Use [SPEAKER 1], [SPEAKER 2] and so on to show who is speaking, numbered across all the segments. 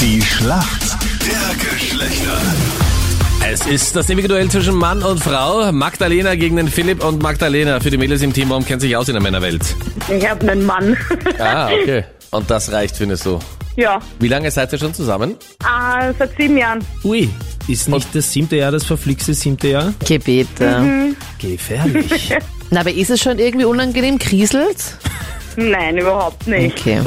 [SPEAKER 1] Die Schlacht der Geschlechter.
[SPEAKER 2] Es ist das ewige Duell zwischen Mann und Frau. Magdalena gegen den Philipp und Magdalena. Für die Mädels im Teamraum kennt sich aus in der Männerwelt.
[SPEAKER 3] Ich habe einen Mann.
[SPEAKER 2] Ah, okay. Und das reicht, findest du.
[SPEAKER 3] ja,
[SPEAKER 2] Wie lange seid ihr schon zusammen?
[SPEAKER 3] äh, seit sieben Jahren.
[SPEAKER 4] Ui, ist nicht das siebte Jahr das verflixte siebte Jahr?
[SPEAKER 5] Gebete.
[SPEAKER 4] Gefährlich.
[SPEAKER 5] Mhm. Na, aber ist es schon irgendwie unangenehm? Kriselt?
[SPEAKER 3] Nein, überhaupt nicht.
[SPEAKER 5] Okay.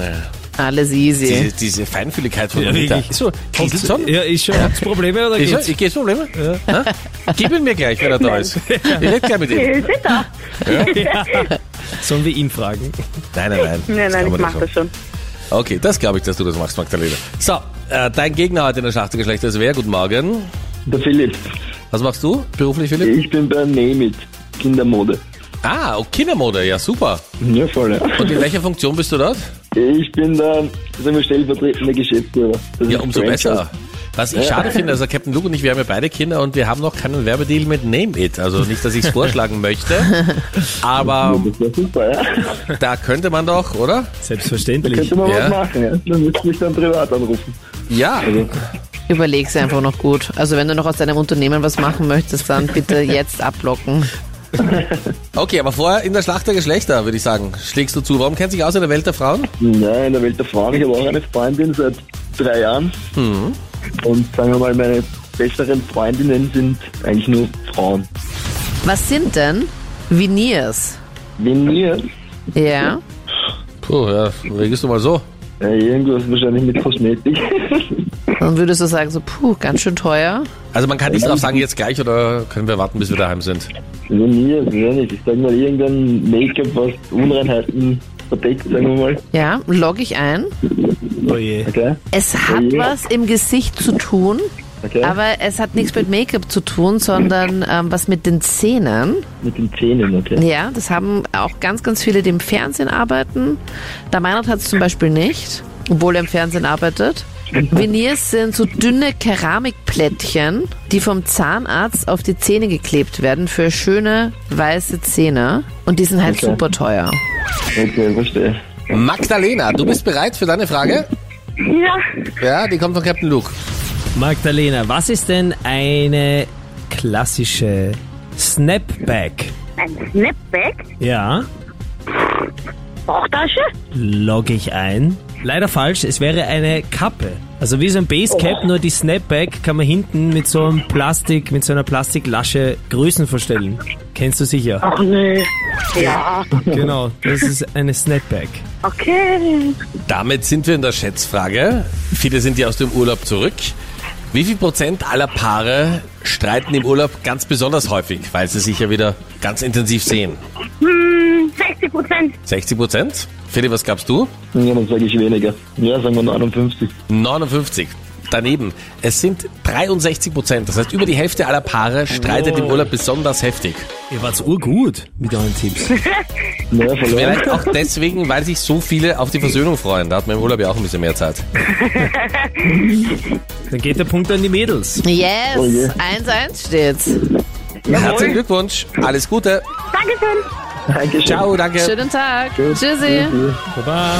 [SPEAKER 5] Alles easy.
[SPEAKER 2] Diese, diese Feinfühligkeit von
[SPEAKER 4] Ja,
[SPEAKER 2] Anita.
[SPEAKER 4] wirklich. So,
[SPEAKER 2] Kriegst du schon?
[SPEAKER 4] Ja, ist schon. Hat's Probleme oder
[SPEAKER 2] Ich,
[SPEAKER 4] geht's?
[SPEAKER 2] ich geht's Probleme? Ja. Gib ihn mir gleich, wenn er da ist. Ich red gleich mit ihm.
[SPEAKER 3] Hm. Ist er da?
[SPEAKER 4] Sollen wir ihn fragen?
[SPEAKER 2] Nein, nein, nein.
[SPEAKER 3] Nein, nein, ich mache das schon.
[SPEAKER 2] schon. Okay, das glaube ich, dass du das machst, Magdalena. So, äh, dein Gegner heute in der Schlacht der Geschlechter ist wer? Guten Morgen.
[SPEAKER 6] Der Philipp.
[SPEAKER 2] Was machst du beruflich, Philipp?
[SPEAKER 6] Ich bin bei Nemit, Kindermode.
[SPEAKER 2] Ah, oh, Kindermode, ja super.
[SPEAKER 6] Ja, voll, ja.
[SPEAKER 2] Und in welcher Funktion bist du dort?
[SPEAKER 6] Ich bin der, sagen wir, stellvertretende Geschäftsführer. Das
[SPEAKER 2] Ja,
[SPEAKER 6] ist
[SPEAKER 2] umso
[SPEAKER 6] Franchise.
[SPEAKER 2] besser. Was ich schade finde, also Captain Luke und ich, wir haben ja beide Kinder und wir haben noch keinen Werbedeal mit Name It. Also nicht, dass ich es vorschlagen möchte, aber
[SPEAKER 6] Das wäre super, ja.
[SPEAKER 2] da könnte man doch, oder?
[SPEAKER 4] Selbstverständlich.
[SPEAKER 6] Könnte man
[SPEAKER 2] Ja.
[SPEAKER 6] was machen, ja. Dann müsste ich dann privat anrufen.
[SPEAKER 2] Ja,
[SPEAKER 5] Überleg's einfach noch gut. Also wenn du noch aus deinem Unternehmen was machen möchtest, dann bitte jetzt ablocken.
[SPEAKER 2] okay, aber vorher in der Schlacht der Geschlechter, würde ich sagen, schlägst du zu. Warum kennt sich aus in der Welt der Frauen?
[SPEAKER 6] Nein, in der Welt der Frauen. Ich habe auch eine Freundin seit drei Jahren.
[SPEAKER 2] Mhm.
[SPEAKER 6] Und sagen wir mal, meine besseren Freundinnen sind eigentlich nur Frauen.
[SPEAKER 5] Was sind denn Veneers?
[SPEAKER 6] Wenn mir,
[SPEAKER 5] Ja.
[SPEAKER 2] Puh, ja, regest du mal so.
[SPEAKER 6] äh, irgendwas wahrscheinlich mit Kosmetik.
[SPEAKER 5] Dann würdest du sagen, so, puh, ganz schön teuer.
[SPEAKER 2] Also man kann nicht drauf sagen, jetzt gleich oder können wir warten, bis wir daheim sind?
[SPEAKER 6] Wenn mir, wenn nicht. Ich sag mal, irgendein Make-up, was Unreinheiten verdeckt, sagen wir mal.
[SPEAKER 5] Ja, log ich ein.
[SPEAKER 4] Oh je.
[SPEAKER 6] Okay?
[SPEAKER 5] Es hat
[SPEAKER 6] Ja.
[SPEAKER 5] was im Gesicht zu tun,
[SPEAKER 6] Okay.
[SPEAKER 5] aber es hat nichts mit Make-up zu tun, sondern ähm, was mit den Zähnen.
[SPEAKER 6] Mit den Zähnen, okay.
[SPEAKER 5] Ja, das haben auch ganz, ganz viele, die im Fernsehen arbeiten. Der Meinert hat es zum Beispiel nicht, obwohl er im Fernsehen arbeitet. Veneers sind so dünne Keramikplättchen, die vom Zahnarzt auf die Zähne geklebt werden für schöne weiße Zähne. Und die sind halt
[SPEAKER 6] Okay.
[SPEAKER 5] super teuer.
[SPEAKER 6] Okay, verstehe.
[SPEAKER 2] Magdalena, du bist bereit für deine Frage?
[SPEAKER 3] Ja,
[SPEAKER 2] Ja, die kommt von Captain Luke.
[SPEAKER 4] Magdalena, was ist denn eine klassische Snapback?
[SPEAKER 3] ein Snapback,
[SPEAKER 4] Ja,
[SPEAKER 3] Bauchtasche,
[SPEAKER 4] logge ich ein. Leider falsch, es wäre eine Kappe. Also wie so ein Basecap, nur die Snapback kann man hinten mit so einem Plastik, mit so einer Plastiklasche Größen verstellen. Kennst du sicher?
[SPEAKER 3] Ach nee. Ja,
[SPEAKER 4] Genau, das ist eine Snapback.
[SPEAKER 3] okay.
[SPEAKER 2] Damit sind wir in der Schätzfrage. Viele sind ja aus dem Urlaub zurück. Wie viel Prozent aller Paare streiten im Urlaub ganz besonders häufig, weil sie sich ja wieder ganz intensiv sehen?
[SPEAKER 3] Hm, 60 Prozent.
[SPEAKER 2] 60 Prozent? Philipp, was gabst du?
[SPEAKER 6] Ja, dann sage ich weniger. Ja, sagen wir 59.
[SPEAKER 2] 59. Daneben. Es sind 63 Prozent. Das heißt, über die Hälfte aller Paare streitet im Urlaub besonders heftig.
[SPEAKER 4] Ihr wart's urgut mit euren Tipps.
[SPEAKER 6] Naja, verloren.
[SPEAKER 2] Vielleicht auch deswegen, weil sich so viele auf die Versöhnung freuen. Da hat man im Urlaub ja auch ein bisschen mehr Zeit.
[SPEAKER 4] Dann geht der Punkt an die Mädels.
[SPEAKER 5] Yes!
[SPEAKER 6] Oh je.
[SPEAKER 5] 1-1 steht's.
[SPEAKER 2] Herzlichen Glückwunsch. Alles Gute.
[SPEAKER 3] Dankeschön.
[SPEAKER 6] Dankeschön.
[SPEAKER 2] Ciao, danke.
[SPEAKER 5] Schönen Tag. Tschüssi.
[SPEAKER 4] Baba.